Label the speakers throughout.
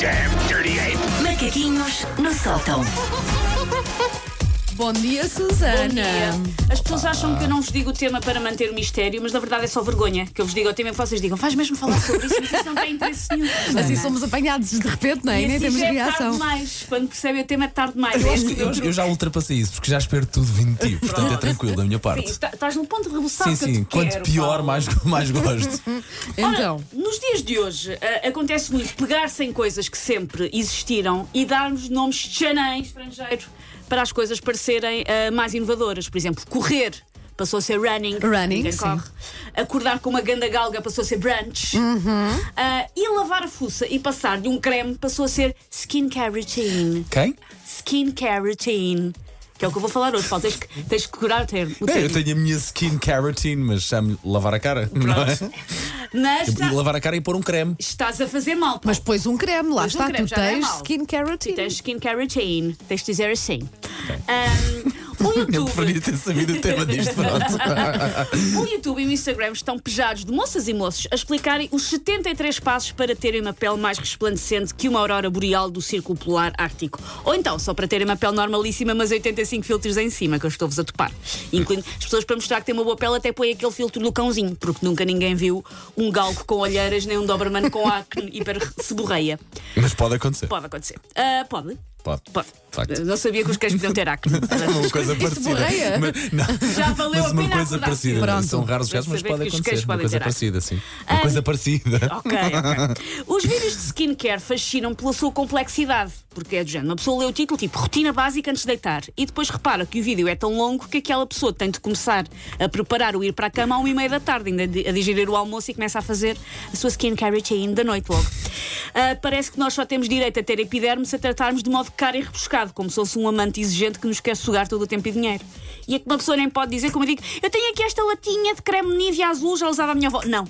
Speaker 1: damn dirty ape!
Speaker 2: Macaquinhos no sótão.
Speaker 3: Bom dia, Susana.
Speaker 4: As pessoas acham que eu não vos digo o tema para manter o mistério, mas na verdade é só vergonha que eu vos digo o tema e que vocês digam, faz mesmo falar sobre isso, mas isso não tem interesse nenhum.
Speaker 5: é
Speaker 4: Susana."
Speaker 3: Assim somos apanhados de repente, não é?
Speaker 4: E
Speaker 3: E nem
Speaker 4: assim
Speaker 3: temos
Speaker 4: já é tarde
Speaker 3: reação.
Speaker 4: demais. Quando percebem o tema é tarde demais.
Speaker 5: Eu, acho que eu- eu já ultrapassei isso, porque já espero tudo vindo de ti, portanto é tranquilo da minha
Speaker 4: Sim,
Speaker 5: parte.
Speaker 4: está- Estás num ponto de revolução.
Speaker 5: Sim,
Speaker 4: que eu
Speaker 5: sim,
Speaker 4: te
Speaker 5: quanto
Speaker 4: quero,
Speaker 5: pior,
Speaker 4: Paulo.
Speaker 5: mais, mais gosto.
Speaker 4: Ora,
Speaker 3: Então,
Speaker 4: nos dias de hoje ah, acontece muito pegar-se em coisas que sempre existiram e dar-nos nomes de chanã em estrangeiro para as coisas parecerem ah, mais inovadoras. Por exemplo, correr passou a ser running.
Speaker 3: Running,
Speaker 4: ninguém
Speaker 3: sim.
Speaker 4: corre. Acordar com uma ganda galga passou a ser brunch.
Speaker 3: Uhum.
Speaker 4: Ah, e lavar a fuça e passar de um creme passou a ser skincare routine.
Speaker 5: Quem?
Speaker 4: Skincare routine. Que é o que eu vou falar hoje, Paulo. Tens que, tens que curar o termo. o
Speaker 5: Bem, eu
Speaker 4: termo.
Speaker 5: tenho a minha skin carotene, mas chamo-lhe lavar a cara. não é?
Speaker 4: Pronto. Mas
Speaker 5: E
Speaker 4: tá-
Speaker 5: lavar a cara e pôr um creme.
Speaker 4: estás a fazer mal, Paulo.
Speaker 3: mas pôs um creme, lá
Speaker 4: Pôs um
Speaker 3: está,
Speaker 4: creme,
Speaker 3: tu
Speaker 4: já não é
Speaker 3: tens
Speaker 4: mau.
Speaker 3: skincare routine.
Speaker 4: Tens skincare routine. Tens de dizer assim. Um, o
Speaker 5: Eu preferia
Speaker 4: YouTube.
Speaker 5: ter sabido o tema disto, pronto.
Speaker 4: O YouTube e o Instagram estão pejados de moças e moços a explicarem os 73 passos para terem uma pele mais resplandecente que uma aurora boreal do Círculo Polar Ártico. Ou então, só para terem uma pele normalíssima, mas 85 filtros em cima, que eu estou-vos a topar. Incluindo as pessoas para mostrar que têm uma boa pele, até põem aquele filtro do cãozinho, porque nunca ninguém viu um galgo com olheiras, nem um Doberman com acne hiper seborreia.
Speaker 5: Mas pode acontecer.
Speaker 4: Pode acontecer. Ah, pode?
Speaker 5: Pode.
Speaker 4: Pode.
Speaker 5: De facto. É
Speaker 4: Não sabia que os cães podiam ter acne.
Speaker 5: Uma coisa
Speaker 3: borreia?
Speaker 5: parecida. Mas, não,
Speaker 4: Já valeu
Speaker 5: mas
Speaker 4: a
Speaker 5: uma
Speaker 4: pena
Speaker 5: coisa
Speaker 4: acordar
Speaker 5: parecida.
Speaker 4: cedo.
Speaker 5: São raros os
Speaker 4: Para
Speaker 5: casos, mas
Speaker 4: saber
Speaker 5: pode
Speaker 4: que os queixos
Speaker 5: acontecer. Uma
Speaker 4: podem
Speaker 5: coisa
Speaker 4: ter
Speaker 5: parecida, sim.
Speaker 4: Ah.
Speaker 5: Uma coisa parecida.
Speaker 4: Ok, ok. Os vídeos de skincare fascinam pela sua complexidade, porque é do género. Uma pessoa lê o título tipo rotina básica antes de deitar e depois repara que o vídeo é tão longo que aquela pessoa tem de começar a preparar o ir para a cama à uma e meia da tarde, ainda di- a digerir o almoço e começa a fazer a sua skincare routine da noite logo. Ah, parece que nós só temos direito a ter epiderme se a tratarmos de modo caro e rebuscado, como se fosse um amante exigente que nos quer sugar todo o tempo e dinheiro. E é que uma pessoa nem pode dizer, como eu digo, eu tenho aqui esta latinha de creme Nivea azul, já usava a minha avó. Não.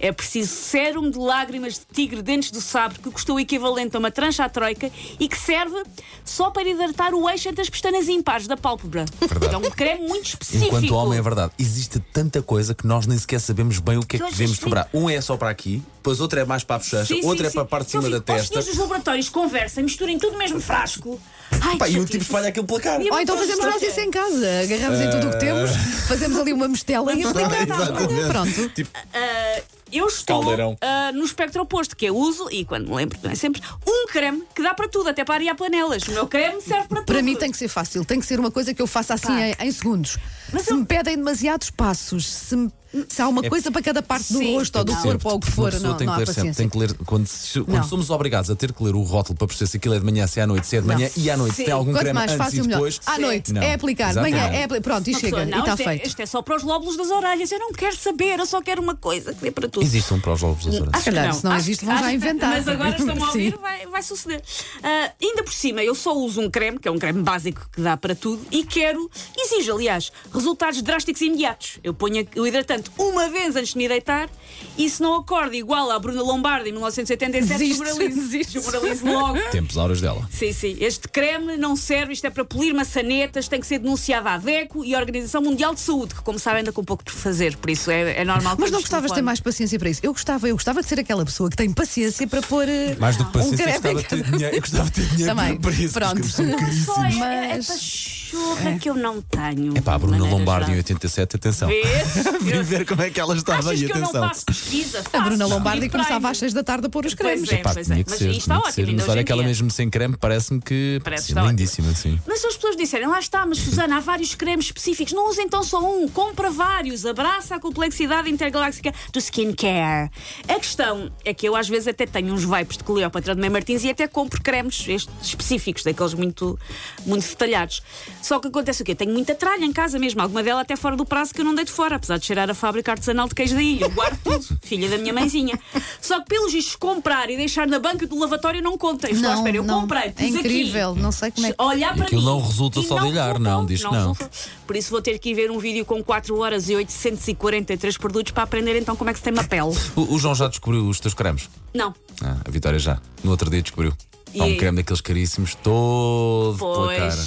Speaker 4: É preciso sérum de lágrimas de tigre dentes do sabre que custou o equivalente a uma trancha à troika e que serve só para hidratar o eixo entre as pestanas impares da pálpebra.
Speaker 5: Verdade.
Speaker 4: É um creme muito específico.
Speaker 5: Enquanto homem, é verdade, existe tanta coisa que nós nem sequer sabemos bem o que é
Speaker 4: Eu
Speaker 5: que
Speaker 4: acho
Speaker 5: devemos
Speaker 4: estranho.
Speaker 5: dobrar. Um é só para aqui, depois outro é mais para a bochecha,
Speaker 4: Sim, sim,
Speaker 5: outro é
Speaker 4: sim.
Speaker 5: para a parte de
Speaker 4: Eu
Speaker 5: cima da
Speaker 4: fico, Os
Speaker 5: testa.
Speaker 4: senhores dos laboratórios conversam, misturem tudo no mesmo frasco. Ai,
Speaker 5: Pá,
Speaker 4: que
Speaker 5: e o
Speaker 4: chatice.
Speaker 5: tipo espalha aquilo pela cara.
Speaker 4: E
Speaker 3: Ou então fazemos nós isso em casa. Agarramos em tudo o que temos,
Speaker 5: Eh.
Speaker 3: fazemos ali uma mistela e aplicamos. Olha, é? Pronto.
Speaker 5: Tipo,
Speaker 4: Ah, eu estou
Speaker 5: Caldeirão.
Speaker 4: ah, no espectro oposto, que eu uso, e quando me lembro, não é sempre, um creme que dá para tudo, até para arear planelas. O meu creme serve para tudo.
Speaker 3: Para mim tem que ser fácil, tem que ser uma coisa que eu faça assim em, em segundos.
Speaker 4: Mas
Speaker 3: se
Speaker 4: eu-
Speaker 3: me pedem demasiados passos, se, me- se há uma
Speaker 5: É
Speaker 3: coisa para cada parte do
Speaker 4: Sim.
Speaker 3: rosto ou do
Speaker 5: Não.
Speaker 3: corpo ou o que
Speaker 5: Porque uma
Speaker 3: for,
Speaker 5: pessoa
Speaker 3: não,
Speaker 5: tem
Speaker 3: não
Speaker 5: que
Speaker 3: há
Speaker 5: ler sempre,
Speaker 3: paciência.
Speaker 5: tem que ler quando, se- quando
Speaker 3: Não.
Speaker 5: somos obrigados a ter que ler o rótulo para perceber se aquilo é de manhã, se é à noite, se é de manhã
Speaker 3: Não.
Speaker 5: e à noite, se
Speaker 4: Sim.
Speaker 5: tem algum
Speaker 3: Quanto
Speaker 5: creme
Speaker 3: mais
Speaker 5: antes
Speaker 3: fácil,
Speaker 5: e
Speaker 3: melhor.
Speaker 5: depois.
Speaker 3: À noite
Speaker 5: Não.
Speaker 3: é aplicar, amanhã
Speaker 5: Exatamente.
Speaker 3: é apli- Pronto, e
Speaker 4: Uma
Speaker 3: chega,
Speaker 4: pessoa,
Speaker 3: e
Speaker 4: não,
Speaker 3: está
Speaker 4: isto é,
Speaker 3: feito.
Speaker 4: isto é só para os lóbulos das orelhas. Eu não quero saber, eu só quero uma coisa que dê para tudo.
Speaker 5: Existe um para os lobos das horas.
Speaker 4: Acho que
Speaker 3: calhar, se não existe, vão já inventar.
Speaker 4: Mas agora estão a
Speaker 3: Sim.
Speaker 4: ouvir, vai, vai suceder. Ah, ainda por cima, eu só uso um creme, que é um creme básico que dá para tudo, e quero, exijo, aliás, resultados drásticos e imediatos. Eu ponho o hidratante uma vez antes de me deitar, e se não acordo igual à Bruna Lombardi em 1987,
Speaker 3: Desisto,
Speaker 4: desmoralizo.
Speaker 3: desisto.
Speaker 4: Desmoralizo logo.
Speaker 5: Tempos, horas dela.
Speaker 4: Sim, sim. Este creme não serve, isto é para polir maçanetas, tem que ser denunciado à DECO e à Organização Mundial de Saúde, que, como sabem, ainda com pouco por fazer, por isso é, é normal que
Speaker 3: Mas não
Speaker 4: nos
Speaker 3: gostavas de ter
Speaker 4: telefone.
Speaker 3: mais paciência para isso? Eu gostava, eu gostava de ser aquela pessoa que tem paciência para pôr. eh,
Speaker 5: Mais do que
Speaker 3: um
Speaker 5: paciência, eu
Speaker 3: creme
Speaker 5: gostava
Speaker 3: em
Speaker 5: de ter
Speaker 3: cada-
Speaker 5: dinheiro. Eu gostava de ter dinheiro
Speaker 3: Também.
Speaker 5: para isso.
Speaker 3: Pronto.
Speaker 5: Porque são
Speaker 4: Só
Speaker 5: caríssimos.
Speaker 4: é, é, é
Speaker 3: Mas-
Speaker 4: pachorra que eu não tenho.
Speaker 5: Pá, é. a Bruna
Speaker 4: Maneira
Speaker 5: Lombardi então. em
Speaker 4: geral.
Speaker 5: 87, atenção. Vim
Speaker 4: Vês?
Speaker 5: ver como é que ela estava
Speaker 4: Achas
Speaker 5: aí,
Speaker 4: que eu não
Speaker 5: atenção.
Speaker 4: faço pesquisa?
Speaker 3: A
Speaker 4: Faço.
Speaker 3: Bruna
Speaker 4: E
Speaker 3: Lombardi
Speaker 4: para aí-
Speaker 3: começava às 6 da tarde a pôr os cremes.
Speaker 4: Pois é,
Speaker 5: Pá,
Speaker 4: pois é.
Speaker 5: tinha que
Speaker 4: Mas
Speaker 5: ser,
Speaker 4: isto está
Speaker 5: tinha que ser.
Speaker 4: ótimo. ainda
Speaker 5: Mas
Speaker 4: hoje
Speaker 5: olha,
Speaker 4: em
Speaker 5: aquela
Speaker 4: dia.
Speaker 5: mesmo sem creme parece-me que.
Speaker 4: Parece que
Speaker 5: sim,
Speaker 4: está
Speaker 5: lindíssima, sim.
Speaker 4: Mas se as pessoas disserem, lá está, mas Susana, há vários cremes específicos, não usa então só um, compra vários, abraça a complexidade intergaláctica do skincare. A questão é que eu às vezes até tenho uns vapes de Cleópatra de Mãe Martins e até compro cremes estes específicos, daqueles muito, muito detalhados. Só que acontece o quê? Tenho muita tralha em casa mesmo, alguma dela até fora do prazo que eu não deito fora, apesar de cheirar a fábrica artesanal de queijo da ilha. Eu guardo tudo, filha da minha mãezinha. Só que pelos vistos comprar e deixar na banca do lavatório não conta. Eu Estou à
Speaker 3: Não,
Speaker 4: espera, eu
Speaker 3: não.
Speaker 4: comprei.
Speaker 3: É
Speaker 4: pus aqui
Speaker 3: incrível, não sei como é que.
Speaker 4: olhar para
Speaker 5: aquilo
Speaker 4: mim
Speaker 5: não resulta
Speaker 4: e
Speaker 5: só de olhar,
Speaker 4: resultou,
Speaker 5: não, diz que não.
Speaker 4: resultou. Por isso vou ter que ir ver um vídeo com 4 horas e 843 produtos para aprender então como é que se tem uma pele.
Speaker 5: O, o João já descobriu os teus cremes?
Speaker 4: Não.
Speaker 5: Ah, a Vitória já. No outro dia descobriu. Há um
Speaker 4: E-
Speaker 5: creme daqueles caríssimos todo pela
Speaker 4: Pois.
Speaker 5: cara.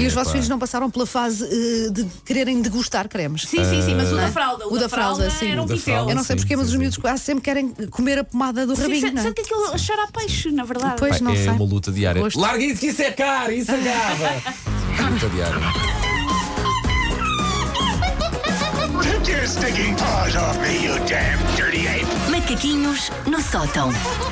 Speaker 3: E
Speaker 5: É,
Speaker 3: os vossos
Speaker 5: pá.
Speaker 3: filhos não passaram pela fase eh, de quererem degustar cremes?
Speaker 4: Sim, sim, sim, mas
Speaker 2: Ah.
Speaker 4: o da fralda.
Speaker 3: O da fralda, sim.
Speaker 4: era um
Speaker 5: Ah. O da
Speaker 4: pitel.
Speaker 5: fralda,
Speaker 3: Eu não sei
Speaker 5: Sim,
Speaker 3: porque, mas
Speaker 5: sim,
Speaker 3: os
Speaker 5: sim.
Speaker 3: miúdos quase sempre querem comer a pomada do
Speaker 4: Sim,
Speaker 3: rabinho,
Speaker 4: sente-
Speaker 3: não é?
Speaker 4: Sente que aquilo cheira a peixe, na verdade.
Speaker 3: Pois não
Speaker 5: é
Speaker 3: sei.
Speaker 5: uma luta diária.
Speaker 3: Gosto.
Speaker 5: Larga isso que isso é caro, isso acaba. luta diária.
Speaker 1: Take your stinking paws off me, you damn dirty ape!
Speaker 2: Macaquinhos no sótão.